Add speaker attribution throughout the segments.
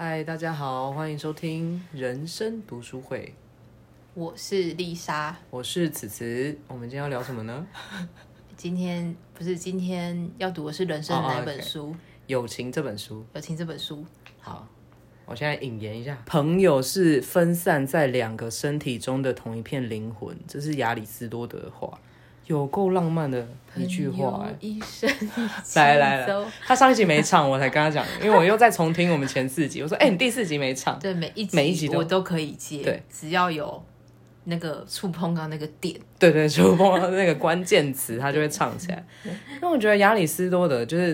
Speaker 1: 嗨，大家好，欢迎收听人生读书会，
Speaker 2: 我是丽莎。
Speaker 1: 我是此慈。我们今天要聊什么呢？
Speaker 2: 今天不是今天要读的是人生的哪一
Speaker 1: 哦
Speaker 2: 本
Speaker 1: ，OK
Speaker 2: 书？
Speaker 1: 友情这本书。
Speaker 2: 友情这本书。
Speaker 1: 好，我现在引言一下：朋友是分散在两个身体中的同一片灵魂，这是亚里士多德的话，有够浪漫的一句话、哎。
Speaker 2: 一生一起
Speaker 1: 来来
Speaker 2: 走
Speaker 1: 来，他上一集没唱，我才跟他讲，因为我又在重听我们前四集，我说，哎、你第四集没唱，
Speaker 2: 对每一集
Speaker 1: 每一集都
Speaker 2: 我都可以接，
Speaker 1: 对，
Speaker 2: 只要有那个触碰到那个点，
Speaker 1: 对对，触碰到那个关键词，他就会唱起来。
Speaker 2: 嗯
Speaker 1: 因为我觉得亚里士多德就是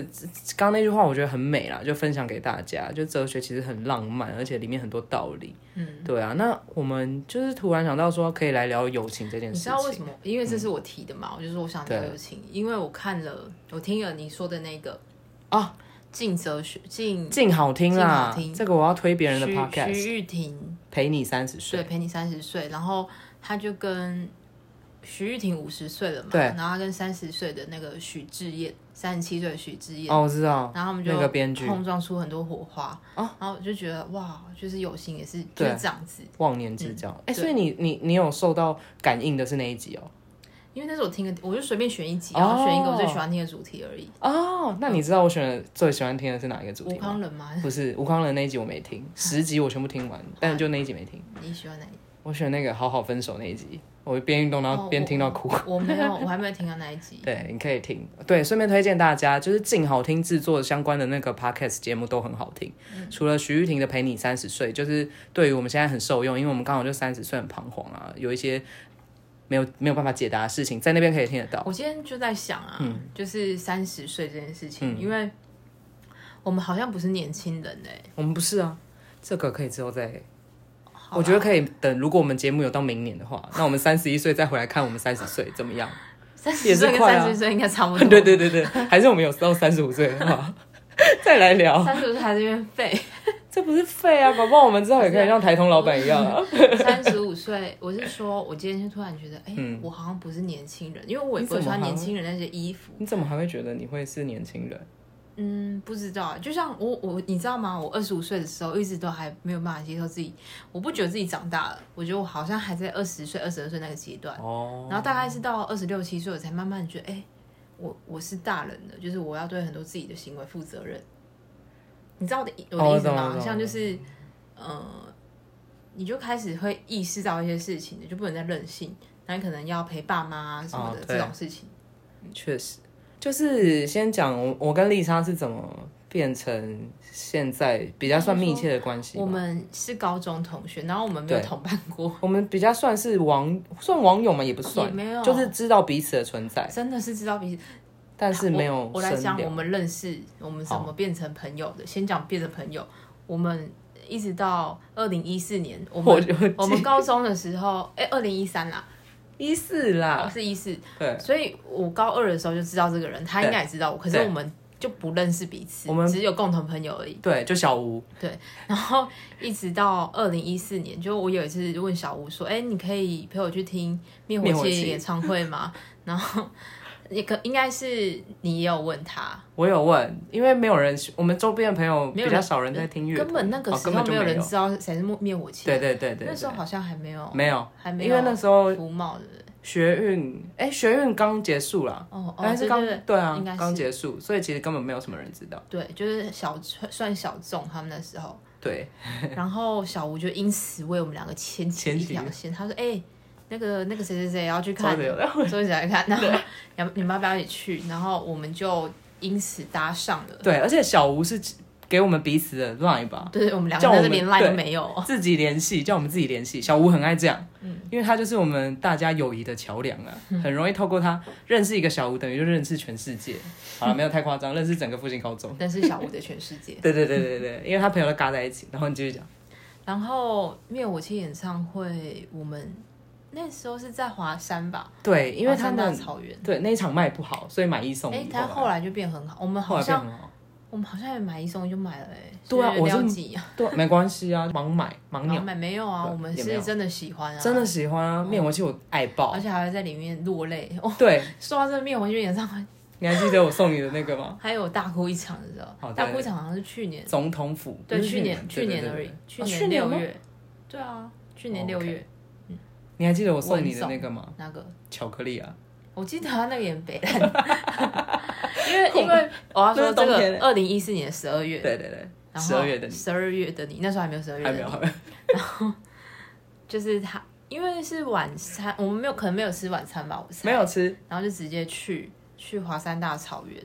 Speaker 1: 刚刚那句话，我觉得很美啦，就分享给大家。就哲学其实很浪漫，而且里面很多道理。嗯，对啊。那我们就是突然想到说，可以来聊友情这件
Speaker 2: 你
Speaker 1: 事
Speaker 2: 知道为
Speaker 1: 情。
Speaker 2: 什么？因为这是我提的嘛，我就说我想聊
Speaker 1: 对
Speaker 2: 友情，因为我看了，我听了你说的那个哦
Speaker 1: 啊，
Speaker 2: 静哲学静
Speaker 1: 静好听啦，
Speaker 2: 静好听
Speaker 1: 这个我要推别人的
Speaker 2: 徐
Speaker 1: podcast，
Speaker 2: 徐玉婷
Speaker 1: 陪你三十岁
Speaker 2: 对，。陪你三十岁，然后他就跟徐玉婷五十岁了嘛，
Speaker 1: 对
Speaker 2: 然后他跟三十岁的那个许志燕，三十七岁的许志燕，
Speaker 1: 哦，我知道，
Speaker 2: 然后他们就
Speaker 1: 那个编剧
Speaker 2: 碰撞出很多火花，
Speaker 1: 哦
Speaker 2: 然后我就觉得哇，就是友情也是就
Speaker 1: 对
Speaker 2: 是这样子，
Speaker 1: 忘年之交。哎、
Speaker 2: 嗯对
Speaker 1: 所以你你你有受到感应的是那一集哦。
Speaker 2: 因为那时候我听了，我就随便选一集，
Speaker 1: 哦
Speaker 2: 然后选一个我最喜欢听的主题而已。
Speaker 1: 哦，那你知道我选的最喜欢听的是哪一个主
Speaker 2: 吴
Speaker 1: 题吗？
Speaker 2: 康仁吗？
Speaker 1: 不是吴康仁那一集我没 听，十集我全部 听完，但就那一集没听。
Speaker 2: 你喜欢哪一？
Speaker 1: 我选那个好好分手那一集，我边运动然后
Speaker 2: 哦
Speaker 1: 边听到哭。
Speaker 2: 我没有，我还没有听到那一集。
Speaker 1: 对，你可以听。对，顺便推荐大家，就是静好听制作相关的那个 podcast 节目都很好听。除了徐玉婷的《陪你三十岁》，就是对于我们现在很受用，因为我们刚好就三十岁很彷徨啊，有一些没有没有办法解答的事情，在那边可以听得到。
Speaker 2: 我今天就在想啊，
Speaker 1: 嗯
Speaker 2: 就是三十岁这件事情，因为我们好像不是年轻人哎、
Speaker 1: 我们不是啊，这个可以之后再。
Speaker 2: 好吧
Speaker 1: 我觉得可以等，如果我们节目有到明年的话，那我们三十一岁再回来看我们三十岁怎么样？
Speaker 2: 三
Speaker 1: 也
Speaker 2: 十
Speaker 1: 是
Speaker 2: 岁跟
Speaker 1: 快啊
Speaker 2: 三十岁应该差 不 多。
Speaker 1: 对对对对，还是我们有到三十五岁的话， 再来聊。
Speaker 2: 三十岁还是因为废。
Speaker 1: 这不是废啊，搞不好我们之后也可以像台通老板一样啊。
Speaker 2: 三十五岁，我是说，我今天突然觉得，哎、我好像不是年轻人，因为我也不会
Speaker 1: 你怎么
Speaker 2: 穿
Speaker 1: 还会
Speaker 2: 年轻人那些衣服。
Speaker 1: 你怎么还会觉得你会是年轻人？
Speaker 2: 嗯，不知道，就像我我你知道吗？我二十五岁的时候，一直都还没有办法接受自己，我不觉得自己长大了，我觉得我好像还在二十岁、二十二岁那个阶段。
Speaker 1: 哦，
Speaker 2: 然后大概是到二十六七岁，我才慢慢觉得，哎、我我是大人的，就是我要对很多自己的行为负责任。你知道我的意我
Speaker 1: 哦我
Speaker 2: 的意思
Speaker 1: 懂我
Speaker 2: 吗？
Speaker 1: 懂
Speaker 2: 像就是，呃，你就开始会意识到一些事情的，就不能再任性。那你可能要陪爸妈啊什么
Speaker 1: 哦
Speaker 2: 的、
Speaker 1: 对
Speaker 2: 这种事情。
Speaker 1: 确实，就是先讲我我跟丽莎是怎么变成现在比较算密切的关系吧。
Speaker 2: 我们是高中同学，然后我们没有
Speaker 1: 对
Speaker 2: 同班过，
Speaker 1: 我们比较算是网算网友嘛，也不
Speaker 2: 也
Speaker 1: 算，
Speaker 2: 没有
Speaker 1: 就是知道彼此的存在，
Speaker 2: 真的是知道彼此。
Speaker 1: 但是没有
Speaker 2: 我我来
Speaker 1: 深
Speaker 2: 讲
Speaker 1: 聊
Speaker 2: 我们认识，我们怎么变成朋友的。先讲变成朋友，我们一直到二零一四年，我
Speaker 1: 我
Speaker 2: 们
Speaker 1: 就
Speaker 2: 我们高中的时候，哎、二零一三啦，
Speaker 1: 一四
Speaker 2: 我
Speaker 1: 啦，
Speaker 2: 是一四，
Speaker 1: 对，
Speaker 2: 所以我高二的时候就知道这个人，他应该也知道我，可是
Speaker 1: 对
Speaker 2: 我们就不认识彼此，
Speaker 1: 我们
Speaker 2: 只有共同朋友而已。
Speaker 1: 对，就小吴，
Speaker 2: 对，然后一直到二零一四年，就我有一次问小吴说：“哎、你可以陪我去听灭火
Speaker 1: 灭火器
Speaker 2: 器演唱会吗？”然后也可应该是你也有问他，
Speaker 1: 我有问，因为没有人，我们周边的朋友
Speaker 2: 没有
Speaker 1: 比较少人在听乐，
Speaker 2: 根本那个
Speaker 1: 哦
Speaker 2: 时
Speaker 1: 根
Speaker 2: 候
Speaker 1: 本就
Speaker 2: 没有
Speaker 1: 没
Speaker 2: 人
Speaker 1: 有
Speaker 2: 知道谁是灭灭火器啊、
Speaker 1: 对对对对，
Speaker 2: 那时候
Speaker 1: 对
Speaker 2: 好像还没有
Speaker 1: 没有，
Speaker 2: 还没
Speaker 1: 因
Speaker 2: 有
Speaker 1: 为那时候
Speaker 2: 服贸的人
Speaker 1: 学运，哎、学运刚结束啦，
Speaker 2: 哦哦，
Speaker 1: 还是刚
Speaker 2: 对对
Speaker 1: 对啊
Speaker 2: 应该，是
Speaker 1: 刚结束，所以其实根本没有什么人知道。
Speaker 2: 对，就是小算小众他们那 时候，
Speaker 1: 对，
Speaker 2: 然后小吴就因此为我们两个牵起
Speaker 1: 牵
Speaker 2: 一
Speaker 1: 起
Speaker 2: 条线。他说：“哎、那个那个谁谁谁要去
Speaker 1: 超
Speaker 2: 看，
Speaker 1: 级有料
Speaker 2: 周一来看，然后 你们你们要不要一起去？”然后我们就因此搭上了。
Speaker 1: 对，而且小吴是给我们彼此的 line 吧，
Speaker 2: 对，我们两
Speaker 1: 叫
Speaker 2: 个
Speaker 1: 我
Speaker 2: 但
Speaker 1: 们
Speaker 2: 是连 line
Speaker 1: 对
Speaker 2: 都没有。
Speaker 1: 自己联系，叫我们自己联系。小吴很爱这样，
Speaker 2: 嗯
Speaker 1: 因为他就是我们大家友谊的桥梁啊，很容易透过他认识一个小吴，等于就认识全世界。好了，没有太夸张，认识整个复兴高中。
Speaker 2: 但是小吴的全世界。
Speaker 1: 对对对对对，因为他朋友都嘎在一起，然后你继续讲。
Speaker 2: 然后灭火器演唱会，我们那时候是在华山吧？
Speaker 1: 对，因为他
Speaker 2: 华哦山大
Speaker 1: 们
Speaker 2: 草原。
Speaker 1: 对那一场卖不好，所以买一送一。
Speaker 2: 哎，他后来就变很好，我们
Speaker 1: 后
Speaker 2: 好
Speaker 1: 来变
Speaker 2: 像
Speaker 1: 很好，
Speaker 2: 我们好像也买一送一就买了哎。
Speaker 1: 对啊
Speaker 2: 所以
Speaker 1: 我是
Speaker 2: 了解啊，
Speaker 1: 对，没关系啊，盲买盲
Speaker 2: 然后
Speaker 1: 鸟。
Speaker 2: 买没有啊，
Speaker 1: 对
Speaker 2: 我们
Speaker 1: 也没有
Speaker 2: 是真的喜欢啊，
Speaker 1: 真的喜欢啊，灭火器我爱爆
Speaker 2: 而。且还会在里面落泪。哦，
Speaker 1: 对，
Speaker 2: 说到这个灭火器演唱会，
Speaker 1: 你还记得我送你的那个 吗？
Speaker 2: 还有大哭一场的时候，
Speaker 1: 好哦对
Speaker 2: 大哭一场好像是去年，
Speaker 1: 总统府
Speaker 2: 对，
Speaker 1: 不是
Speaker 2: 去年
Speaker 1: 对
Speaker 2: 去
Speaker 1: 对
Speaker 2: 年
Speaker 1: 对
Speaker 2: 而已
Speaker 1: 对，
Speaker 2: 去
Speaker 1: 哦
Speaker 2: 年
Speaker 1: 去年
Speaker 2: 六
Speaker 1: 吗
Speaker 2: 月，对啊，去年
Speaker 1: 哦
Speaker 2: 六
Speaker 1: ，OK 哦
Speaker 2: 月
Speaker 1: 你还记得我送你
Speaker 2: 文
Speaker 1: 的
Speaker 2: 总
Speaker 1: 那个吗？
Speaker 2: 那个，
Speaker 1: 巧克力啊，
Speaker 2: 我记得他那个演 北 兰，因为因为我要说这
Speaker 1: 那是冬天
Speaker 2: 个
Speaker 1: 的
Speaker 2: 二零一四年十二月，
Speaker 1: 对对对，
Speaker 2: 然
Speaker 1: 十
Speaker 2: 后
Speaker 1: 二月的你
Speaker 2: 十二月的你，那时候还没有十二月的
Speaker 1: 还
Speaker 2: 你，
Speaker 1: 没有，
Speaker 2: 就是他，因为是晚餐，我们没有可能没有吃晚餐吧，我 猜
Speaker 1: 没，有吃，
Speaker 2: 然后就直接去去华山大草原，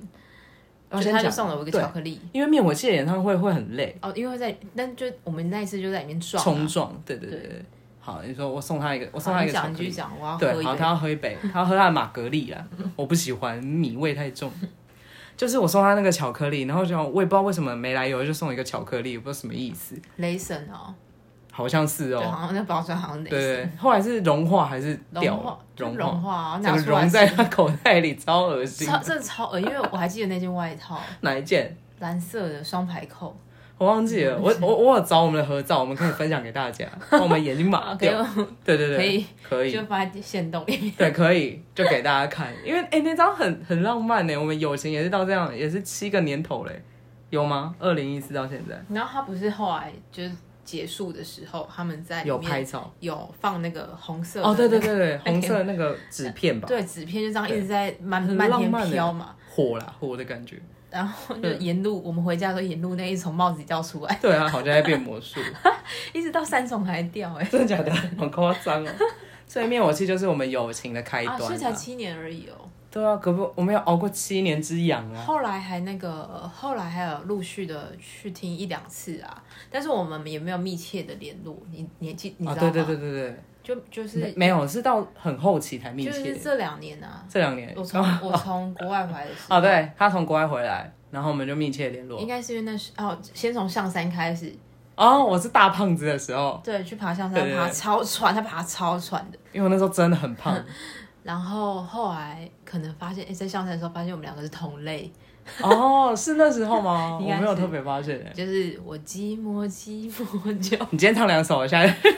Speaker 1: 我
Speaker 2: 就
Speaker 1: 哦先
Speaker 2: 他就
Speaker 1: 讲
Speaker 2: 送了我一个
Speaker 1: 对
Speaker 2: 巧克力，
Speaker 1: 因为灭火器的演唱会会很累，
Speaker 2: 哦，因为在但就我们那一次就在里面撞啊，
Speaker 1: 冲撞，对对
Speaker 2: 对
Speaker 1: 对对。好，你说我送他一个，我
Speaker 2: 我
Speaker 1: 送他一个巧
Speaker 2: 讲，你
Speaker 1: 克
Speaker 2: 继续
Speaker 1: 力。
Speaker 2: 讲，我要喝
Speaker 1: 对，
Speaker 2: 一
Speaker 1: 好，
Speaker 2: 杯
Speaker 1: 他。要喝一杯，他要喝他的玛格丽 啦。我不喜欢米味太重，就是我送他那个巧克力，然后就我也不知道为什么没来由就送一个巧克力，我不知道什么意思，
Speaker 2: 雷神哦，
Speaker 1: 好像是
Speaker 2: 对，
Speaker 1: 哦，
Speaker 2: 好像那包装好像雷
Speaker 1: 对
Speaker 2: 神，
Speaker 1: 对。后来是融化还是掉
Speaker 2: 融化
Speaker 1: 了？
Speaker 2: 就
Speaker 1: 化
Speaker 2: 融，化啊，
Speaker 1: 整
Speaker 2: 拿
Speaker 1: 个
Speaker 2: 出来
Speaker 1: 融在他口袋里，超恶心
Speaker 2: 超
Speaker 1: 的。
Speaker 2: 真的超呃恶，因为我还记得那件外套，
Speaker 1: 哪一件？
Speaker 2: 蓝色的双排扣，
Speaker 1: 我忘记了，我我我有找我们的合照，我们可以分享给 大家，把我们眼睛麻
Speaker 2: 可以哦
Speaker 1: 掉。啊对对对，
Speaker 2: 可以
Speaker 1: 可以
Speaker 2: 就放在线洞里面。
Speaker 1: 对，可以就给大家看，因为哎、诶那张很很浪漫呢。我们友情也是到这样，也是七个年头嘞，有吗？二零一四到现在
Speaker 2: 然后他不是后来就是结束的时候，他们在里
Speaker 1: 有
Speaker 2: 面
Speaker 1: 拍照
Speaker 2: 有放那个红色的
Speaker 1: 哦，对对
Speaker 2: 那个
Speaker 1: 对对，
Speaker 2: 那
Speaker 1: 红色的那个纸片吧，
Speaker 2: 对纸片就这样一直在漫
Speaker 1: 很
Speaker 2: 漫
Speaker 1: 浪
Speaker 2: 天
Speaker 1: 漫欸
Speaker 2: 飘嘛，
Speaker 1: 火啦火的感觉，
Speaker 2: 然后就沿路我们回家的时候沿路那一从帽子里掉出来，
Speaker 1: 对啊，好像在变魔术，
Speaker 2: 哎一直到三重还掉 哎、
Speaker 1: 真的假的？ 好夸张哦！所以灭火器就是我们友情的开
Speaker 2: 啊，
Speaker 1: 端、
Speaker 2: 所以才七年而已哦、
Speaker 1: 对啊，可不，我们要熬过七年之痒啊！
Speaker 2: 后来还那个，后来还有陆续的去听一两次啊，但是我们也没有密切的联络。你你记你知
Speaker 1: 啊，
Speaker 2: 道吗？
Speaker 1: 对对对对对，
Speaker 2: 就就
Speaker 1: 没
Speaker 2: 是
Speaker 1: 没有，是到很后期才密
Speaker 2: 就
Speaker 1: 切
Speaker 2: 是。这两年啊，
Speaker 1: 这两年
Speaker 2: 我从我从国外回来的时候，
Speaker 1: 啊，，哦对他从国外回来，然后我们就密切联络
Speaker 2: 应。该是因为那时哦，先从象山开始，
Speaker 1: 哦，我是大胖子的时候，
Speaker 2: 对，去爬象
Speaker 1: 对
Speaker 2: 山
Speaker 1: 对对
Speaker 2: 爬超喘，他爬超喘的。
Speaker 1: 因为我那时候真的很 胖
Speaker 2: 然后后来可能发现，哎、在象山的时候发现我们两个是同类，
Speaker 1: 哦，是那时候吗？我
Speaker 2: 应该是
Speaker 1: 没有特别发现欸
Speaker 2: 就是我寂寞 寂寞就
Speaker 1: 你今天唱两首，我现 在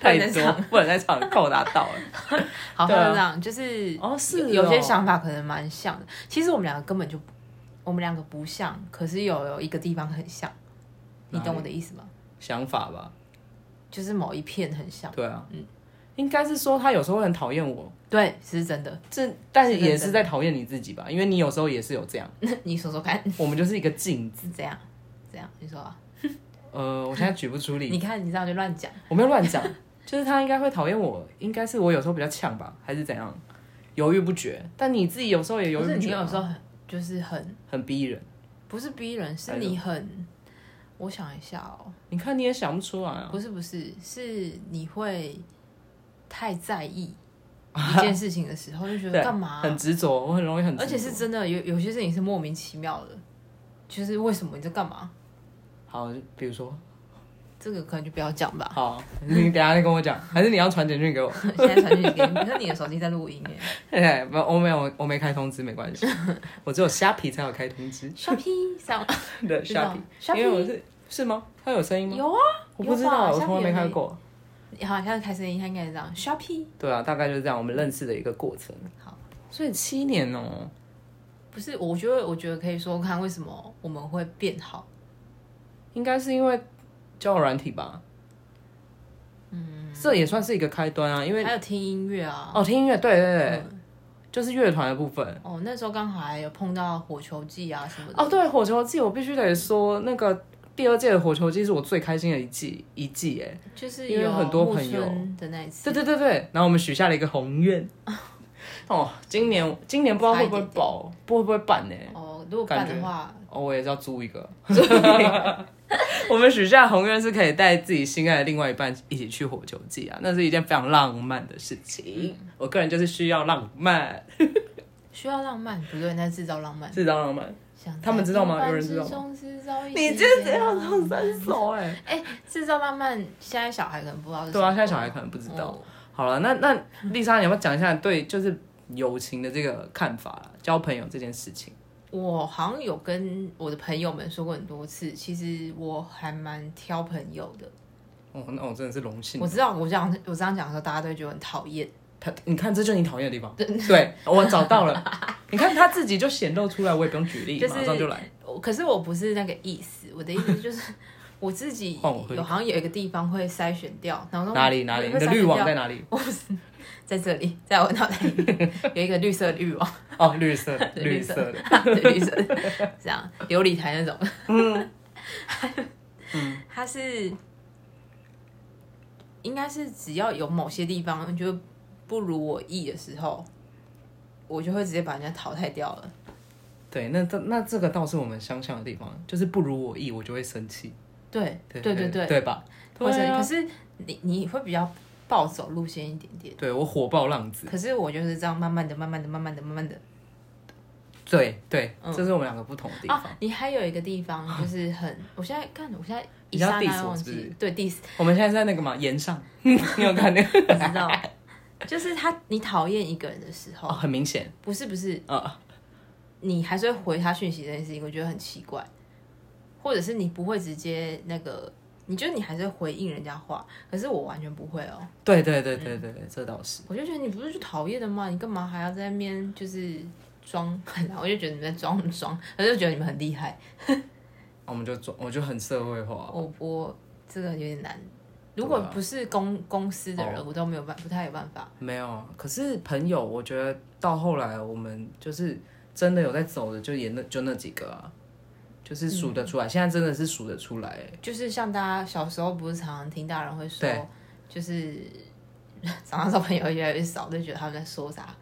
Speaker 1: 太
Speaker 2: 能
Speaker 1: 多
Speaker 2: 唱
Speaker 1: 不能再唱，扣打到 了。
Speaker 2: 好
Speaker 1: 对
Speaker 2: 像
Speaker 1: 啊
Speaker 2: 这样，就是
Speaker 1: 哦，是哦
Speaker 2: 有有些想法可能蛮像的。其实我们两个根本就不，我们两个不像，可是有有一个地方很像，你
Speaker 1: 哪
Speaker 2: 懂
Speaker 1: 里
Speaker 2: 我的意思吗？
Speaker 1: 想法吧，
Speaker 2: 就是某一片很像，
Speaker 1: 对啊，应该是说他有时候会很讨厌我，
Speaker 2: 对，是真的。
Speaker 1: 这但
Speaker 2: 是认
Speaker 1: 也
Speaker 2: 真
Speaker 1: 是在讨厌你自己吧，因为你有时候也是有 这样，
Speaker 2: 你说说看，
Speaker 1: 我们就是一个镜子。
Speaker 2: 是这样，这样，你说
Speaker 1: 哎
Speaker 2: 啊？
Speaker 1: 呃，我现在举不出例子
Speaker 2: 你看，你这样就乱讲，
Speaker 1: 我没有乱讲，就是他应该会讨厌我，应该是我有时候比较呛吧，还是怎样，犹豫不决。但你自己有时候也
Speaker 2: 不
Speaker 1: 犹豫
Speaker 2: 是
Speaker 1: 不
Speaker 2: 你
Speaker 1: 决啊，
Speaker 2: 有时候很就是很
Speaker 1: 很逼人。
Speaker 2: 不是逼人，是
Speaker 1: 哎呦
Speaker 2: 你很。我想一下哦，
Speaker 1: 你看你也想不出来啊，
Speaker 2: 不是不是，是你会太 在意一件事情的时候，就觉得
Speaker 1: 对
Speaker 2: 干嘛啊、
Speaker 1: 很执着，我很容易很执着，
Speaker 2: 而且是真的有有些事情是莫名其妙的，就是为什么你在干嘛？
Speaker 1: 好，比如说
Speaker 2: 这个可能就不要讲 吧。
Speaker 1: 好，你等一下再跟我讲，还是你要传简讯给我？
Speaker 2: 现在传讯给你，可是你的手机在录音耶。
Speaker 1: 哎，不，我没有，我没开通知，没关系， 我只有虾皮才有开通知
Speaker 2: Shopping 上
Speaker 1: 对虾皮，因为我是是吗？它有声音吗？
Speaker 2: 有啊，
Speaker 1: 我不知
Speaker 2: 有吧
Speaker 1: 道，我从来没
Speaker 2: 虾皮
Speaker 1: 开
Speaker 2: 有
Speaker 1: 过。
Speaker 2: 好，现在开声音，他应该是这样 Shopping，
Speaker 1: 对啊，大概就是这样，我们认识的一个过程。
Speaker 2: 好，
Speaker 1: 所以七年哦、
Speaker 2: 不是？我觉得我觉得可以说看为什么我们会变好，
Speaker 1: 应该是因为交友软体吧。嗯，这也算是一个开端啊，因为
Speaker 2: 还有听音乐啊。
Speaker 1: 哦，听音乐，对对对，
Speaker 2: 嗯
Speaker 1: 就是乐团的部分。
Speaker 2: 哦，那时候刚好还有碰到火球季啊什么的。
Speaker 1: 哦，对，火球季，我必须得说，那个第二届的火球季是我最开心的一季一季，哎，
Speaker 2: 就是
Speaker 1: 因为
Speaker 2: 有
Speaker 1: 很多朋友
Speaker 2: 木村的那一次
Speaker 1: 对，对对对，然后我们许下了一个宏愿。 哦，今年今年不知道会不会
Speaker 2: 差一点点
Speaker 1: 保，不会不会办呢？
Speaker 2: 哦，如果办的话，
Speaker 1: 哦，我也是要租一个。 我们许下宏愿是可以带自己心爱的另外一半一起去火球季啊，那是一件非常浪漫的事情。我个人就是需要浪漫，
Speaker 2: 需要浪漫，不对，那制造浪漫。
Speaker 1: 制造浪漫。
Speaker 2: 想
Speaker 1: 他们知道吗
Speaker 2: 在
Speaker 1: 有人知道吗
Speaker 2: 平凡之中制造一些
Speaker 1: 你这只要唱三首哎、
Speaker 2: 哎，制造浪漫，现在小孩可能不知道是什
Speaker 1: 对
Speaker 2: 么。
Speaker 1: 啊，现在小孩可能不知道。
Speaker 2: 哦
Speaker 1: 好了，那那丽莎，你要不要讲一下对就是友情的这个看法啦？交朋友这件事情，
Speaker 2: 我好像有跟我的朋友们说过很多次，其实我还蛮挑朋友的。
Speaker 1: 哦，那我真的是荣幸
Speaker 2: 我。知道我这样我这样讲的时候，大家都会觉得很讨厌。
Speaker 1: 他，你看，这就是你讨厌的地方。对，我找到了， 你看他自己就显露出来，我也不用举例，
Speaker 2: 就是
Speaker 1: 马上就来。
Speaker 2: 我可是我不是那个意思，我的意思就是 我自己
Speaker 1: 换我喝一口
Speaker 2: 有好像有一个地方会筛选掉，然后
Speaker 1: 哪里哪里，你
Speaker 2: 会哦会
Speaker 1: 的
Speaker 2: 筛
Speaker 1: 滤
Speaker 2: 选
Speaker 1: 网
Speaker 2: 掉哦
Speaker 1: 在哪里？
Speaker 2: 我不是 在这里，在我脑袋里面有一个绿色的滤网，
Speaker 1: 哦，绿色，
Speaker 2: 对
Speaker 1: 绿
Speaker 2: 绿色
Speaker 1: 色的。
Speaker 2: 对绿色的这样琉璃台那 种。嗯， 它是应该是只要有某些地方你觉得不如我意的时候，我就会直接把人家淘汰掉了。
Speaker 1: 对，那这那这个倒是我们相像的地方，就是不如我意，我就会生气。
Speaker 2: 对
Speaker 1: 对
Speaker 2: 对
Speaker 1: 对
Speaker 2: 对对，
Speaker 1: 对吧？
Speaker 2: 或者、
Speaker 1: 对啊
Speaker 2: 可是你你会比较暴走路线一点点。
Speaker 1: 对我火爆浪子，
Speaker 2: 可是我就是这样慢慢的、慢慢的、慢慢的、慢慢的。
Speaker 1: 对对，
Speaker 2: 嗯
Speaker 1: 这是我们两个不同的地
Speaker 2: 哦
Speaker 1: 方。，
Speaker 2: 你还有一个地方就是很，我现在看，我现在一
Speaker 1: 你要
Speaker 2: 刹
Speaker 1: diss
Speaker 2: 那
Speaker 1: 我
Speaker 2: 忘
Speaker 1: 是不是
Speaker 2: 记，对 diss，
Speaker 1: 我们现在在那个嘛，岩上， 你有看那个？
Speaker 2: 我知道， 就是他，你讨厌一个人的时
Speaker 1: 哦，
Speaker 2: 候，
Speaker 1: 很明显
Speaker 2: 不是不是，
Speaker 1: 啊，
Speaker 2: 你还是会回他讯息这件事情，我觉得很奇怪，或者是你不会直接那个，你觉得你还是会回应人家话，可是我完全不会哦，
Speaker 1: 对对对对对对，这倒是。
Speaker 2: 我就觉得你不是就讨厌的吗？你干嘛还要在那边就是装？ 我就觉得你们在装什么装，我就觉得你们很厉害，
Speaker 1: 我们就做，我就很社会化。
Speaker 2: 我我这个有点难。如果
Speaker 1: 对啊
Speaker 2: 不是公公司的人，
Speaker 1: 哦
Speaker 2: 我都没有办，不太有办法。
Speaker 1: 没有，啊可是朋友，我觉得到后来我们就是真的有在走的，就也那就那几个啊，就是数
Speaker 2: 嗯
Speaker 1: 得出来。现在真的是数得出来欸，
Speaker 2: 就是像大家小时候不是常常听大人会说
Speaker 1: 对，
Speaker 2: 就是 长大之后朋友越来越少，就觉得他们在说啥，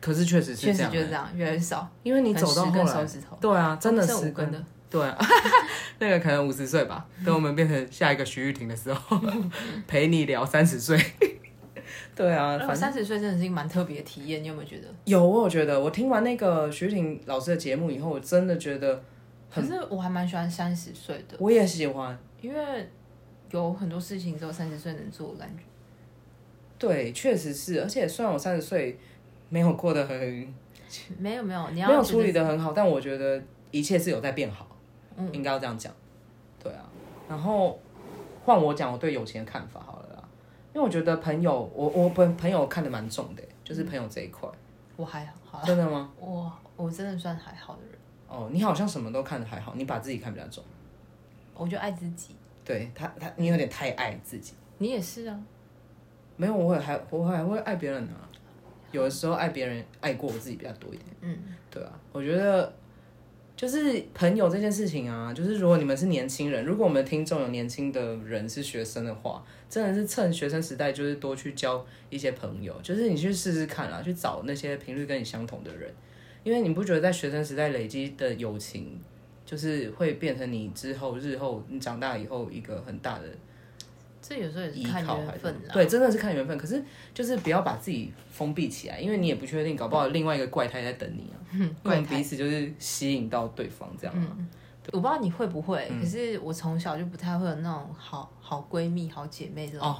Speaker 1: 可是确实是
Speaker 2: 确实
Speaker 1: 这样
Speaker 2: 就是这
Speaker 1: 欸，
Speaker 2: 样，越来越少。
Speaker 1: 因为你
Speaker 2: 可能
Speaker 1: 走到
Speaker 2: 十
Speaker 1: 后
Speaker 2: 根手
Speaker 1: 来，
Speaker 2: 指头，
Speaker 1: 对啊，真的
Speaker 2: 哦剩
Speaker 1: 是
Speaker 2: 五根的，
Speaker 1: 对啊， 那个可能五十岁吧。等我们变成下一个徐玉婷的时候， 陪你聊三十岁。 对啊，
Speaker 2: 而
Speaker 1: 反
Speaker 2: 我
Speaker 1: 正。
Speaker 2: 三十岁真的是一个蛮特别的体验，你有没有觉得？
Speaker 1: 有，我有觉得我听完那个徐婷老师的节目以后，我真的觉得
Speaker 2: 可是我还蛮喜欢三十岁的，
Speaker 1: 我也喜欢。
Speaker 2: 因为有很多事情只有三十岁能做，我感觉。
Speaker 1: 对，确实是，而且虽然我三十岁没有过得很，
Speaker 2: 没有没 有，你要
Speaker 1: 没有
Speaker 2: 觉
Speaker 1: 处
Speaker 2: 得
Speaker 1: 理的很好，但我觉得一切是有在变好，
Speaker 2: 嗯
Speaker 1: 应该要这样讲。对啊，然后换我讲我对友情的看法好了啦，因为我觉得朋友，我我朋朋友看得蛮重的，欸就是朋友这一块。
Speaker 2: 我还好啦，
Speaker 1: 真的吗？
Speaker 2: 我我真的算还好的人，
Speaker 1: 哦，你好像什么都看得还好，你把自己看比较重。
Speaker 2: 我就爱自己。
Speaker 1: 对他，他你有点太爱自己。
Speaker 2: 你也是啊，
Speaker 1: 没有，我会还我还会爱别人啊。有的时候爱别人爱过我自己比较多一点。
Speaker 2: 嗯，
Speaker 1: 对啊，我觉得就是朋友这件事情啊，就是如果你们是年轻人，如果我们的听众有年轻的人是学生的话，真的是趁学生时代就是多去交一些朋友，就是你去试试看啊啦，去找那些频率跟你相同的人，因为你不觉得在学生时代累积的友情，就是会变成你之后日后你长大以后一个很大的
Speaker 2: 这有时候也
Speaker 1: 依
Speaker 2: 是看
Speaker 1: 靠还
Speaker 2: 缘
Speaker 1: 是
Speaker 2: 分啦。
Speaker 1: 对，真的是看缘分。可是就是不要把自己封闭起来，因为你也不确定，搞不好另外一个怪胎在等你啊。嗯我
Speaker 2: 怪
Speaker 1: 们
Speaker 2: 胎
Speaker 1: 彼此就是吸引到对方这样啊、
Speaker 2: 我不知道你会不会，
Speaker 1: 嗯
Speaker 2: 可是我从小就不太会有那种好好闺蜜、好姐妹这种。
Speaker 1: 哦，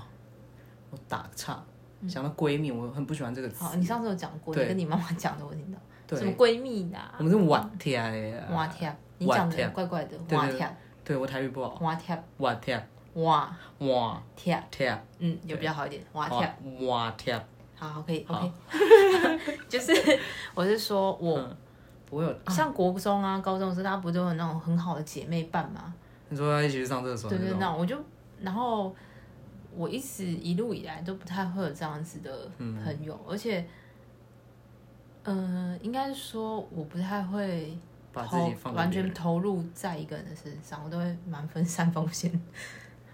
Speaker 1: 我打岔，想到闺蜜，我很不喜欢这个词
Speaker 2: 嗯好，。你上次有讲过，
Speaker 1: 对
Speaker 2: 你跟你妈妈讲的，我听到
Speaker 1: 对
Speaker 2: 什么，闺蜜啦
Speaker 1: 我，们是晚贴啊。
Speaker 2: 哇天，你讲
Speaker 1: 哇贴
Speaker 2: 的怪怪的，
Speaker 1: 对哦
Speaker 2: 哇
Speaker 1: 对
Speaker 2: 天，
Speaker 1: 对我台语不好，
Speaker 2: 哇天，
Speaker 1: 晚贴
Speaker 2: 哇
Speaker 1: 晚
Speaker 2: 天，
Speaker 1: 贴
Speaker 2: 嗯，有比较好一
Speaker 1: 哦
Speaker 2: 点，哇天，
Speaker 1: 晚贴，
Speaker 2: 好好可以
Speaker 1: 好
Speaker 2: ，OK，就是 我是说
Speaker 1: 嗯
Speaker 2: 我
Speaker 1: 不会有。
Speaker 2: 像国中啊、高中的时候，大家不都有那种很好的姐妹伴吗？
Speaker 1: 你说要一起去上厕所
Speaker 2: 对
Speaker 1: 那
Speaker 2: 对，
Speaker 1: 种，
Speaker 2: 那我就然后我一直一路以来都不太会有这样子的朋友，而且，嗯、应该说我不太会
Speaker 1: 把自
Speaker 2: 投
Speaker 1: 己放
Speaker 2: 完
Speaker 1: 给别
Speaker 2: 全
Speaker 1: 人
Speaker 2: 投入在一个人的身上，我都会蛮分散风险。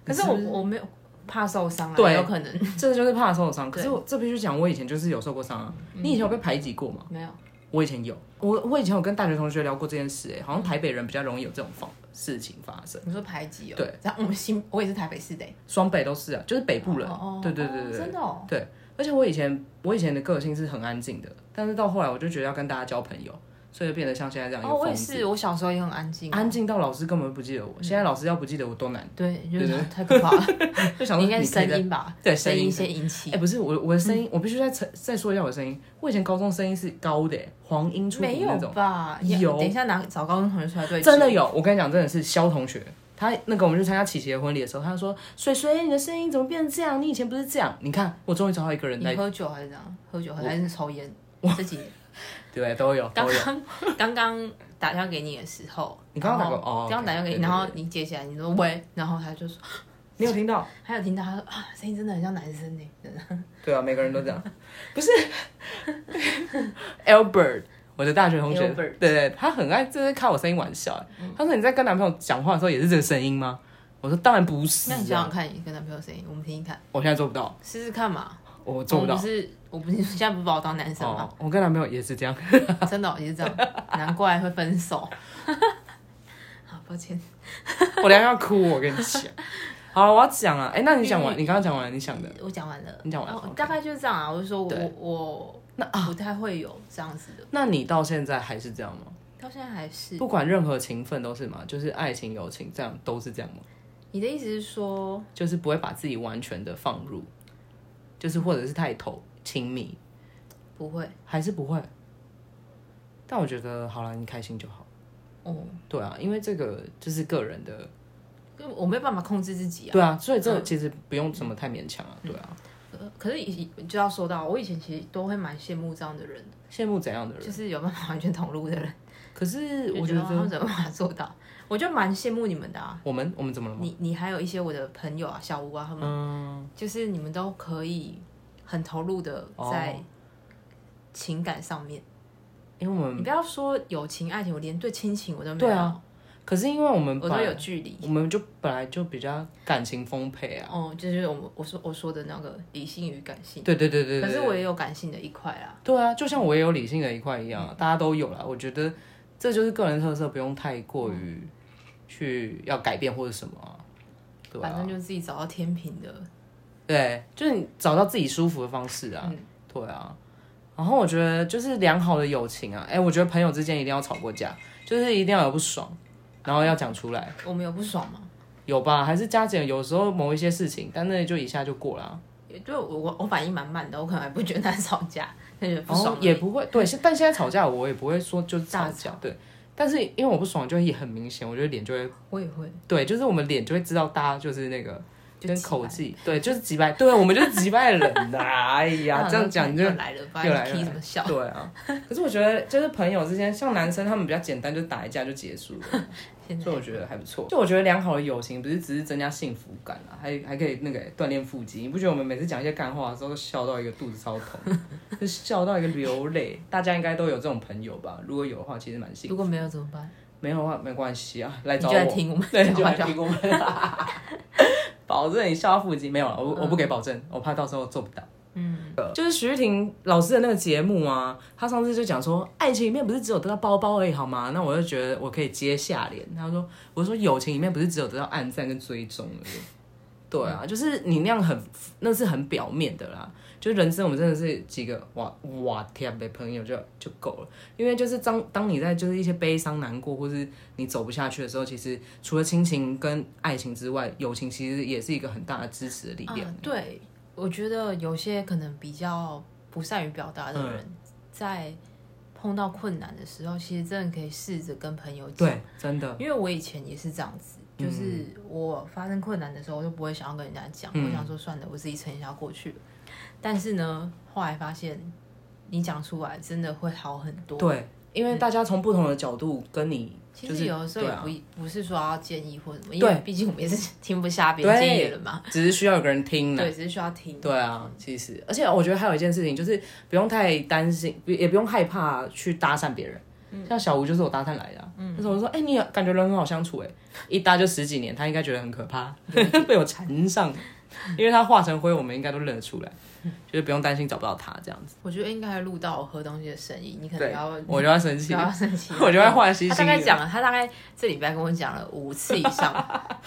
Speaker 2: 可
Speaker 1: 你
Speaker 2: 是
Speaker 1: 是
Speaker 2: 我
Speaker 1: 不是
Speaker 2: 我没有怕受伤啊，
Speaker 1: 对
Speaker 2: 有可能
Speaker 1: 这个就是怕受伤。可
Speaker 2: 对嗯
Speaker 1: 是我这必须讲，我以前就是有受过伤啊。你以前有被排挤过吗？
Speaker 2: 没有。
Speaker 1: 我以前有，我我以前有跟大学同学聊过这件事、哎，好像台北人比较容易有这种方事情发生，
Speaker 2: 你说排挤哦？
Speaker 1: 对，
Speaker 2: 然后我们新我也是台北市的欸，
Speaker 1: 双北都是啊，就是北部人，
Speaker 2: 哦哦
Speaker 1: 对对对
Speaker 2: 哦
Speaker 1: 对对
Speaker 2: 真的哦，
Speaker 1: 对。而且我以前我以前的个性是很安静的，但是到后来我就觉得要跟大家交朋友，所以就变得像现在这样一
Speaker 2: 哦，
Speaker 1: 个
Speaker 2: 我
Speaker 1: 疯
Speaker 2: 也
Speaker 1: 子，
Speaker 2: 是，嗯我小时候也很安静哦，
Speaker 1: 安静到老师根本不记得我。现在老师要不记得我多 难，
Speaker 2: 对，就
Speaker 1: 对
Speaker 2: 是
Speaker 1: 对
Speaker 2: 太可怕了，
Speaker 1: 就 想说
Speaker 2: 你应该
Speaker 1: 你
Speaker 2: 是
Speaker 1: 可以
Speaker 2: 声
Speaker 1: 在
Speaker 2: 音嗯吧，
Speaker 1: 对
Speaker 2: 声
Speaker 1: 声
Speaker 2: 音
Speaker 1: 音
Speaker 2: 先引起
Speaker 1: 哎、，不是我，我的声音，我必须再澄再说一下我的声音。我以前高中声音是高的、哎黄莺出
Speaker 2: 没
Speaker 1: 谷
Speaker 2: 有
Speaker 1: 那种，
Speaker 2: 吧？
Speaker 1: 有
Speaker 2: 你等一下拿找高中同学出来对峙，
Speaker 1: 真的有，我跟你讲，真的是肖同学，他那个我们去参加琪琪的婚礼的时候，他说：“水水，你的声音怎么变成这样？你以前不是这样。”你看，我终于找到一个人
Speaker 2: 你
Speaker 1: 在
Speaker 2: 喝酒还是这样？喝酒还是抽烟？这几年
Speaker 1: 对，都有
Speaker 2: 刚
Speaker 1: 都有。
Speaker 2: 刚刚刚打电话给你的时候，
Speaker 1: 你刚刚打过
Speaker 2: 然后
Speaker 1: 哦
Speaker 2: 刚刚打电话给你，
Speaker 1: 对对
Speaker 2: 然
Speaker 1: 对
Speaker 2: 后你接起来，你说喂，然后他就说，
Speaker 1: 你有听到？
Speaker 2: 还有听到他说啊，声音真的很像男生呢，真的
Speaker 1: 对啊，每个人都这样。 不是 Albert，我的大学同学
Speaker 2: Albert 嗯
Speaker 1: 对对，他很爱就是开我声音玩笑。欸他说你在跟男朋友讲话的时候也是这个声音吗？我说当然不是、
Speaker 2: 那你想想
Speaker 1: 啊，
Speaker 2: 看，你跟男朋友的声音，我们听听看，
Speaker 1: 我现在做不到，
Speaker 2: 试试看嘛。
Speaker 1: 我做不
Speaker 2: 我
Speaker 1: 到
Speaker 2: 不。是，我不是，哦你现在不是把我当男生吗？
Speaker 1: 哦，我跟男朋友也是这样。
Speaker 2: 真的哦、也是这样，难怪会分手。 好，抱歉。
Speaker 1: 我等一下要哭，我跟你讲。好了，我要讲了。哎、那你 讲完，
Speaker 2: 嗯
Speaker 1: 你刚刚讲完，你想的
Speaker 2: 我讲完了，
Speaker 1: 你讲完了
Speaker 2: 哦
Speaker 1: OK
Speaker 2: 大概就是这样啊。我就说我
Speaker 1: 对
Speaker 2: 我
Speaker 1: 那啊
Speaker 2: 不太会有这样子的，
Speaker 1: 那你到现在还是这样吗？
Speaker 2: 到现在还是。
Speaker 1: 不管任何情分都是吗？就是爱情、友情这样都是这样吗？
Speaker 2: 你的意思是说，
Speaker 1: 就是不会把自己完全的放入，就是或者是太投亲密，
Speaker 2: 不会
Speaker 1: 还是不会？但我觉得好了，你开心就好。
Speaker 2: 哦，
Speaker 1: 对啊，因为这个就是个人的，
Speaker 2: 因为我没有办法控制自己啊。
Speaker 1: 对啊，所以这个其实不用什么太勉强啊，对啊。
Speaker 2: 呃可是以就要说到，我以前其实都会蛮羡慕这样的人，
Speaker 1: 羡慕怎样的人？
Speaker 2: 就是有办法完全投入的人。
Speaker 1: 可是
Speaker 2: 就
Speaker 1: 我觉
Speaker 2: 他们
Speaker 1: 得
Speaker 2: 怎么办法做到？我就蛮羡慕你们的啊。
Speaker 1: 我们我们怎么了吗？
Speaker 2: 你你还有一些我的朋友啊，小吴啊，他们、
Speaker 1: 嗯
Speaker 2: 就是你们都可以很投入的在
Speaker 1: 哦
Speaker 2: 情感上面。
Speaker 1: 因为我
Speaker 2: 你
Speaker 1: 们
Speaker 2: 不要说友情、爱情，我连对亲情我都没有，
Speaker 1: 嗯对啊，可是因为我们
Speaker 2: 我
Speaker 1: 本
Speaker 2: 都
Speaker 1: 来
Speaker 2: 有距离。
Speaker 1: 我们就本来就比较感情丰沛啊。
Speaker 2: 哦、这就是我们我说我说的那个理性与感性，
Speaker 1: 对对对对对。
Speaker 2: 可是我也有感性的一块啊。
Speaker 1: 对啊，就像我也有理性的一块一
Speaker 2: 嗯
Speaker 1: 样啊，大家都有啦。我觉得这就是个人特色，不用太过于去要改变或者什么啊、对
Speaker 2: 反
Speaker 1: 啊
Speaker 2: 正，就自己找到天平的，
Speaker 1: 对，就是你找到自己舒服的方式
Speaker 2: 嗯
Speaker 1: 啊。对啊，然后我觉得就是良好的友情啊，哎，我觉得朋友之间一定要吵过架，就是一定要有不爽，然后要讲出来，
Speaker 2: 我们有不爽吗？
Speaker 1: 有吧？还是加减有时候某一些事情，但那就一下就过了啊、
Speaker 2: 也对我我我反应蛮慢的，我可能还不觉得他吵架， 那就不爽
Speaker 1: 哦
Speaker 2: 而已、
Speaker 1: 也不会对，现但现在吵架我也不会说就是吵
Speaker 2: 大
Speaker 1: 架，对。但是因为我不爽，就也很明显，我觉得脸就会
Speaker 2: 我也会，
Speaker 1: 对，就是我们脸就会知道大家就是那个
Speaker 2: 就
Speaker 1: 跟
Speaker 2: 急
Speaker 1: 口
Speaker 2: 掰
Speaker 1: 气，对，就是几百，对，我们就是几百人呐、 哎呀，
Speaker 2: 那
Speaker 1: 这样讲你就
Speaker 2: 又来了，不
Speaker 1: 又来
Speaker 2: 然
Speaker 1: 了
Speaker 2: 你踢什么笑？
Speaker 1: 对啊。可是我觉得就是朋友之间，像男生他们比较简单，就打一架就结束了，
Speaker 2: 现在
Speaker 1: 所以我觉得还不错。就我觉得良好的友情不是只是增加幸福感啊，还还可以那个锻炼腹肌。你不觉得我们每次讲一些干话的时候，都笑到一个肚子超痛， 就笑到一个流泪？大家应该都有这种朋友吧？如果有的话，其实蛮幸
Speaker 2: 如
Speaker 1: 福。
Speaker 2: 果没有怎么办？
Speaker 1: 没有的话没关系啊，来
Speaker 2: 你
Speaker 1: 找
Speaker 2: 就
Speaker 1: 我。
Speaker 2: 来听我们
Speaker 1: 对，
Speaker 2: 讲
Speaker 1: 就
Speaker 2: 话
Speaker 1: 来
Speaker 2: 就好。
Speaker 1: 评估。 保证你笑到腹肌没有了，
Speaker 2: 嗯
Speaker 1: 我我不给保证，我怕到时候做不到。嗯，就是徐玉婷老师的那个节目啊，她上次就讲说，爱情里面不是只有得到包包而已，好吗？那我就觉得我可以接下联。她说，我说友情里面不是只有得到暗赞跟追踪而已。对
Speaker 2: 嗯
Speaker 1: 啊，就是你那样很，那是很表面的啦。就是人生，我们真的是几个哇哇天呗朋友就就够了，因为就是当当你在就是一些悲伤、难过，或是你走不下去的时候，其实除了亲情跟爱情之外，友情其实也是一个很大的支持的力量。
Speaker 2: 啊，对，我觉得有些可能比较不善于表达
Speaker 1: 嗯
Speaker 2: 的人，在碰到困难的时候，其实真的可以试着跟朋友讲。
Speaker 1: 对，真的，嗯
Speaker 2: 因为我以前也是这样子，就是我发生困难的时候，我就不会想要跟人家讲，
Speaker 1: 嗯
Speaker 2: 我想说算了，我自己撑一下过去。但是呢，后来发现你讲出来真的会好很多。
Speaker 1: 对，因为大家从不同的角度跟你，
Speaker 2: 其
Speaker 1: 就
Speaker 2: 实
Speaker 1: 是
Speaker 2: 有的时候也
Speaker 1: 对啊
Speaker 2: 不、不是说要建议或什么，因
Speaker 1: 对
Speaker 2: 为毕竟我们也是 听不下别人
Speaker 1: 对
Speaker 2: 建议的人嘛，
Speaker 1: 只是需要有个人听呢。
Speaker 2: 对，只是需要听。
Speaker 1: 对啊，其实，而且我觉得还有一件事情，就是不用太担心，不也不用害怕去搭讪别人。
Speaker 2: 嗯
Speaker 1: 像小吴就是我搭讪来的、啊，那时候我就说，哎、你感觉人很好相处、哎， 一搭就十几年，他应该觉得很可怕， 被我缠上，因为他化成灰，我们应该都认得出来，
Speaker 2: 嗯
Speaker 1: 就是不用担心找不到他这样子。
Speaker 2: 我觉得应该还录到我喝东西的声音，你可能
Speaker 1: 对
Speaker 2: 要，
Speaker 1: 我就要生
Speaker 2: 不
Speaker 1: 气，，
Speaker 2: 要生气
Speaker 1: 我就会换心
Speaker 2: 他
Speaker 1: 情。
Speaker 2: 大概讲了，他大概这礼拜跟我讲了五次以 上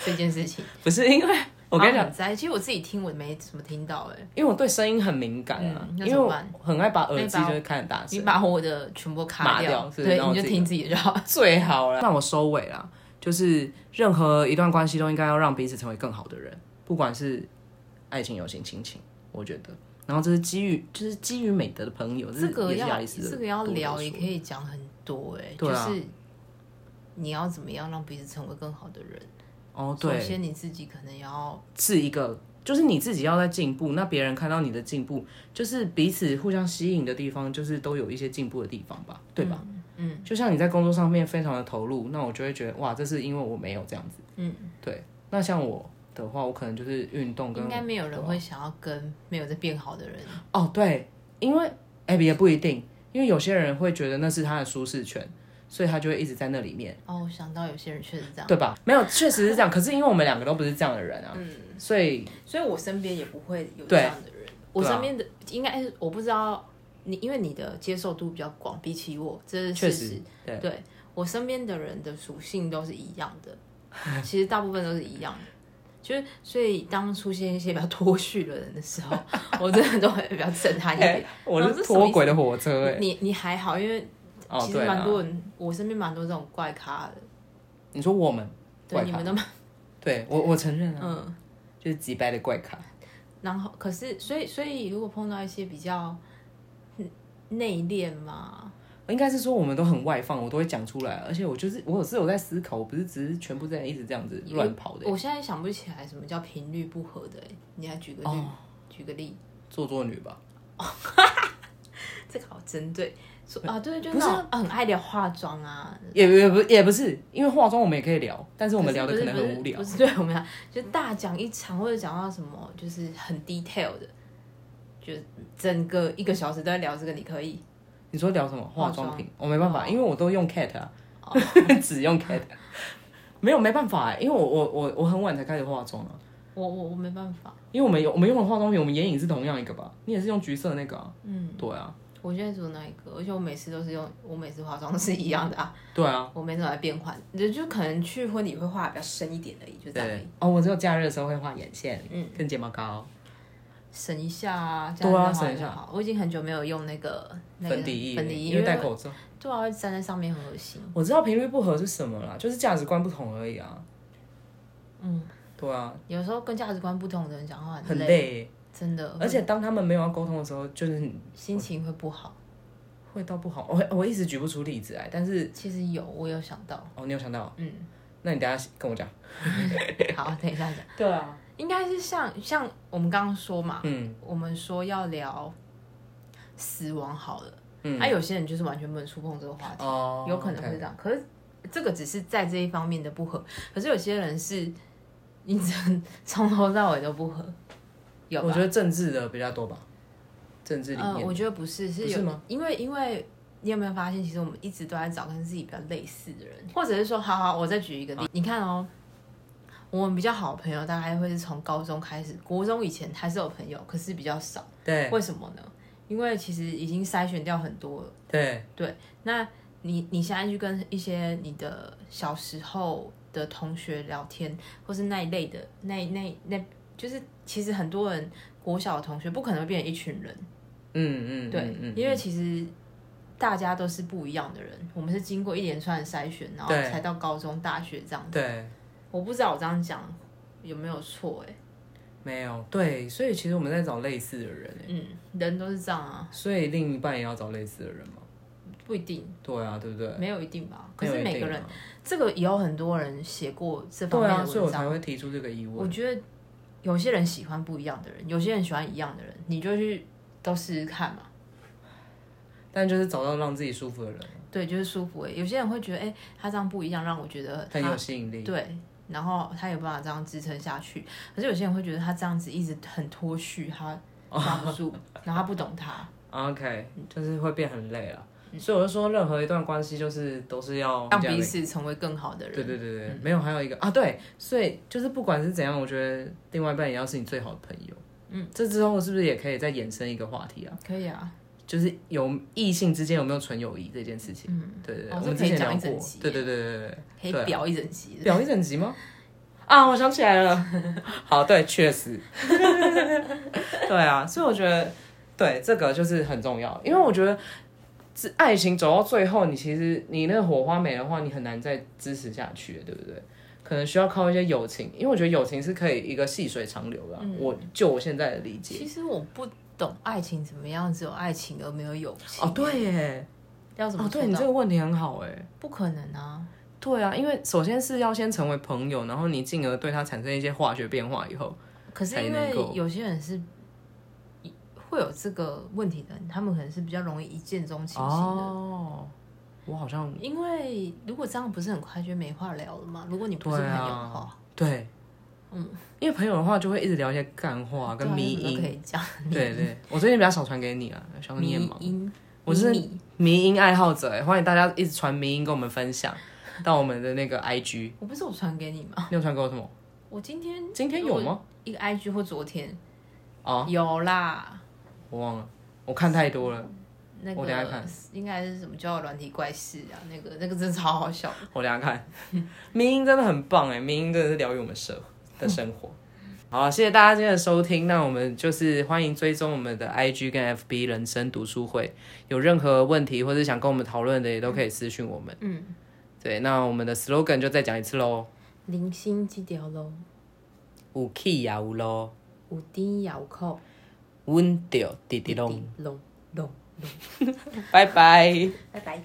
Speaker 2: 这件事情。
Speaker 1: 不是因为我跟你
Speaker 2: 然
Speaker 1: 讲
Speaker 2: 后，很在意，其实我自己听我没怎么听到哎、
Speaker 1: 因为我对声音很敏感啊，
Speaker 2: 嗯那
Speaker 1: 因为
Speaker 2: 怎么
Speaker 1: 我
Speaker 2: 办
Speaker 1: 很爱把耳机
Speaker 2: 那你把
Speaker 1: 啊就是开很大声
Speaker 2: 你。把我的全部卡
Speaker 1: 码掉是
Speaker 2: 对，
Speaker 1: 然后
Speaker 2: 你就
Speaker 1: 自己
Speaker 2: 听自己的就好。
Speaker 1: 最好了。让我收尾啦，就是任何一段关系都应该要让彼此成为更好的人，不管是爱情、友情、亲情，我觉得。然后这是基于，就是基于美德的朋友，
Speaker 2: 这个
Speaker 1: 也是亚
Speaker 2: 要
Speaker 1: 里士多德
Speaker 2: 这个要
Speaker 1: 说的
Speaker 2: 聊，也可以讲很多哎、
Speaker 1: 对啊
Speaker 2: 就是你要怎么样让彼此成为更好的人。
Speaker 1: 哦，
Speaker 2: 首
Speaker 1: 对，
Speaker 2: 先你自己可能要
Speaker 1: 是一个就是你自己要在进步，那别人看到你的进步，就是彼此互相吸引的地方，就是都有一些进步的地方吧，对吧？
Speaker 2: 嗯，
Speaker 1: 就像你在工作上面非常的投入，那我就会觉得哇，这是因为我没有这样子。
Speaker 2: 嗯，
Speaker 1: 对。那像我的话，我可能就是运动跟啊
Speaker 2: 应该没有人会想要跟没有在变好的人。
Speaker 1: 哦，对，因为哎、也不一定，因为有些人会觉得那是他的舒适圈，所以他就会一直在那里面。
Speaker 2: 哦，我想到有些人确实这样，
Speaker 1: 对吧？没有，确实是这样。可是因为我们两个都不是这样的人
Speaker 2: 嗯
Speaker 1: 啊，所以
Speaker 2: 所以我身边也不会有这
Speaker 1: 对
Speaker 2: 样的人。我
Speaker 1: 对啊
Speaker 2: 身边的应该是我不知道你，因为你的接受度比较广，比起我，这是
Speaker 1: 确
Speaker 2: 事实
Speaker 1: 实。对
Speaker 2: 对我身边的人的属性都是一样 的，其实大部分都是一样的。就是，所以当出现一些比较脱序的人的 时候，我真的都会比较震撼一点。
Speaker 1: 我
Speaker 2: 哦这
Speaker 1: 是
Speaker 2: 什么意
Speaker 1: 脱
Speaker 2: 思
Speaker 1: 轨的火车哎、
Speaker 2: 你你还好，因为
Speaker 1: 哦，
Speaker 2: 其实
Speaker 1: 对
Speaker 2: 蛮
Speaker 1: 啊，
Speaker 2: 多人，我身边蛮多这种怪咖的。
Speaker 1: 你说我们
Speaker 2: 对，
Speaker 1: 怪
Speaker 2: 你
Speaker 1: 咖
Speaker 2: 们都蛮
Speaker 1: 对我我承认啊，
Speaker 2: 嗯。
Speaker 1: 就是几百的怪咖，
Speaker 2: 然后，可是，所以，所以，如果碰到一些比较嗯内敛嘛，
Speaker 1: 应该是说我们都很外放，我都会讲出来。啊而且我就是我是有在思考，我不是只是全部在一直这样子乱跑的、欸
Speaker 2: 我现在想不起来什么叫频率不合的、欸，你来举个例，
Speaker 1: 哦
Speaker 2: 举个例，
Speaker 1: 做作女吧？
Speaker 2: 这个好针对。说啊，对，就
Speaker 1: 不是
Speaker 2: 那
Speaker 1: 啊
Speaker 2: 种、啊、很爱聊化妆啊，
Speaker 1: 也也不也不是，因为化妆我们也可以聊，但是我
Speaker 2: 我
Speaker 1: 们聊的可能很无聊
Speaker 2: 不。是对我们俩就大讲一场，或者讲到什么就是很 detail 的，就整个一个小时都在聊这个，你可以。
Speaker 1: 你说聊什么化
Speaker 2: 化
Speaker 1: 妆
Speaker 2: 妆
Speaker 1: 品？我、没办法，
Speaker 2: 哦
Speaker 1: 因为我都用 Cat 啊， 只用 Cat，没有没办法、欸，因为我我我我很晚才开始化妆啊，
Speaker 2: 我我我没办法，
Speaker 1: 因为我们有我们用的化妆品，我们眼影是同样一个吧？你也是用橘色那个啊？
Speaker 2: 嗯，
Speaker 1: 对啊，
Speaker 2: 我现在做那一个，而且我每次都是用，我每次化妆都是一样的啊。
Speaker 1: 对啊，
Speaker 2: 我没怎么在变换，就就可能去婚礼会画得比较深一点而已，就这样而已
Speaker 1: 对，哦，我只有假日的时候会画眼线，
Speaker 2: 嗯
Speaker 1: 嗯，跟睫毛膏、
Speaker 2: 省一下啊，这
Speaker 1: 对啊
Speaker 2: 样子画
Speaker 1: 省
Speaker 2: 得
Speaker 1: 一下
Speaker 2: 好。我已经很久没有用那个那个
Speaker 1: 粉底液，
Speaker 2: 粉底液，
Speaker 1: 因为戴口罩。
Speaker 2: 对啊，会粘在上面很恶心。
Speaker 1: 我知道频率不合是什么啦，就是价值观不同而已啊。
Speaker 2: 嗯，
Speaker 1: 对啊，
Speaker 2: 有时候跟价值观不同的人讲话
Speaker 1: 很
Speaker 2: 累，
Speaker 1: 累，
Speaker 2: 真的，
Speaker 1: 而且当他们没有要沟通的时候，就是你
Speaker 2: 心情会不好。
Speaker 1: 会到不好。我我一直举不出例子来，但是
Speaker 2: 其实有，我有想到，
Speaker 1: 哦，你有想到？
Speaker 2: 嗯，
Speaker 1: 那你等一下跟我讲。
Speaker 2: 好，等一下讲，
Speaker 1: 对啊，
Speaker 2: 应该是像像我们刚刚说嘛，
Speaker 1: 嗯
Speaker 2: 我们说要聊死亡好了，
Speaker 1: 嗯，
Speaker 2: 啊，有些人就是完全不能触碰这个话题。
Speaker 1: 哦，
Speaker 2: 有可能会这样。可是这个只是在这一方面的不合，可是有些人是 你真的从头到尾都不合，有
Speaker 1: OK。我
Speaker 2: 吧？
Speaker 1: 觉得政治的比较多吧，政治理
Speaker 2: 呃，
Speaker 1: 念。
Speaker 2: 我觉得不是，是
Speaker 1: 不
Speaker 2: 有
Speaker 1: 是吗
Speaker 2: 因为因为你有没有发现，其实我们一直都在找跟自己比较类似的人，或者是说，好好，我再举一个例，你看哦。我们比较好的朋友大概会是从高中开始，国中以前还是有朋友，可是比较少。
Speaker 1: 对
Speaker 2: 为什么呢？因为其实已经筛选掉很多了。
Speaker 1: 对，
Speaker 2: 那你你现在去跟一些你的小时候的同学聊天，或是那一类的，那那那，就是其实很多人国小的同学不可能会变成一群人，
Speaker 1: 嗯嗯，
Speaker 2: 对，
Speaker 1: 嗯嗯
Speaker 2: 因为其实大家都是不一样的人，我们是经过一连串的筛选，然后
Speaker 1: 对
Speaker 2: 才到高中、大学这样子。
Speaker 1: 对，
Speaker 2: 我不知道我这样讲有没有错、欸，
Speaker 1: 没有对，所以其实我们在找类似的人欸，
Speaker 2: 嗯，人都是这样啊，
Speaker 1: 所以另一半也要找类似的人嘛。
Speaker 2: 不一定，
Speaker 1: 对啊，对不对？
Speaker 2: 没有一定吧。可
Speaker 1: 没有
Speaker 2: 是
Speaker 1: 一
Speaker 2: 每
Speaker 1: 定
Speaker 2: 个人，
Speaker 1: 啊
Speaker 2: 这个也有很多人写过这
Speaker 1: 对
Speaker 2: 方面的
Speaker 1: 啊，
Speaker 2: 文
Speaker 1: 所以我
Speaker 2: 章
Speaker 1: 才。会提出这个疑
Speaker 2: 我
Speaker 1: 问。
Speaker 2: 觉得有些人喜欢不一样的人，有些人喜欢一样的人，你就去都试试看嘛。
Speaker 1: 但就是找到让自己舒服的人，
Speaker 2: 对，就是舒服、欸。有些人会觉得，哎、他这样不一样，让我觉得
Speaker 1: 很有
Speaker 2: 呃他
Speaker 1: 吸引力。
Speaker 2: 对，然后他有办法这样支撑下去。可是有些人会觉得他这样子一直很脱序，他抓不 住，然后他不懂他。
Speaker 1: OK，就是会变很累了。所以我就说，任何一段关系就是都是要
Speaker 2: 嗯让
Speaker 1: 这样
Speaker 2: 彼
Speaker 1: 的
Speaker 2: 此成为更好的人。
Speaker 1: 哦
Speaker 2: 嗯
Speaker 1: 对对对对，没有还有一个啊，对，所以就是不管是怎样，我觉得另外一半也要是你最好的朋友。嗯，这之后是不是也可以再衍生一个话题啊？
Speaker 2: 可以啊，
Speaker 1: 就是有异性之间有没有纯友谊这件事情？
Speaker 2: 嗯，
Speaker 1: 对对对，
Speaker 2: 哦
Speaker 1: 我
Speaker 2: 这
Speaker 1: 们
Speaker 2: 可
Speaker 1: 之
Speaker 2: 以
Speaker 1: 前
Speaker 2: 讲
Speaker 1: 聊
Speaker 2: 一
Speaker 1: 过
Speaker 2: 整集。
Speaker 1: 对对对对对对
Speaker 2: 可以
Speaker 1: 对啊
Speaker 2: 表一整集
Speaker 1: 对，。表一整集吗？啊，我想起来了。 好，对，确 实。对啊，所以我觉得对这个就是很重要，因为我觉得。是爱情走到最后，你其实你那个火花没的话，你很难再支持下去，对不对？可能需要靠一些友情，因为我觉得友情是可以一个细水长流的啊、我就我现在的理解，
Speaker 2: 其实我不懂爱情怎么样，只有爱情而没有友情。
Speaker 1: 哦，对耶，
Speaker 2: 要怎么
Speaker 1: 哦，
Speaker 2: 做
Speaker 1: 对你
Speaker 2: 到
Speaker 1: 这个问题很好哎。
Speaker 2: 不可能啊！
Speaker 1: 对啊，因为首先是要先成为朋友，然后你进而对他产生一些化学变化以后，
Speaker 2: 可是
Speaker 1: 才
Speaker 2: 因
Speaker 1: 能
Speaker 2: 为
Speaker 1: 够
Speaker 2: 有些人是一会有这个问题的人，他们可能是比较容易一见钟情型的。
Speaker 1: 哦，我好像
Speaker 2: 因为如果这样不是很快就没话聊了吗？如果你不是朋
Speaker 1: 对
Speaker 2: 友
Speaker 1: 啊
Speaker 2: 的话，
Speaker 1: 对，嗯，因为朋友的话就会一直聊一些干话跟
Speaker 2: 对啊
Speaker 1: 迷
Speaker 2: 你们可
Speaker 1: 音。
Speaker 2: 以讲。
Speaker 1: 对对，我最近比较少传给你啊，想说你也忙。
Speaker 2: 音，
Speaker 1: 我是
Speaker 2: 迷你
Speaker 1: 迷音爱好者欸，欢迎大家一直传迷音跟我们分享到我们的那个 IG。你
Speaker 2: 我不是有传给你吗？
Speaker 1: 有传给我什么？
Speaker 2: 我今天
Speaker 1: 今天有吗？
Speaker 2: 一个 IG 或昨天
Speaker 1: 哦，
Speaker 2: 有啦，
Speaker 1: 我忘了，我看太多了，
Speaker 2: 那
Speaker 1: 我等一下看
Speaker 2: 个应该是什么叫软体怪事啊？那个那个真的超好笑的。
Speaker 1: 我等一下看。迷音真的很棒哎，迷音真的是疗愈我们社的生活。好啊，谢谢大家今天的收听。那我们就是欢迎追踪我们的 IG 跟 FB 人生读书会，有任何问题或者想跟我们讨论的，也都可以私讯我们。
Speaker 2: 嗯，
Speaker 1: 对，那我们的 slogan 就再讲一次喽，
Speaker 2: 零星几条咯，
Speaker 1: 有气也有咯，
Speaker 2: 有甜也有苦，
Speaker 1: 稳着直直
Speaker 2: 滴
Speaker 1: 拢，
Speaker 2: 隆隆，
Speaker 1: 拜拜。
Speaker 2: 拜拜。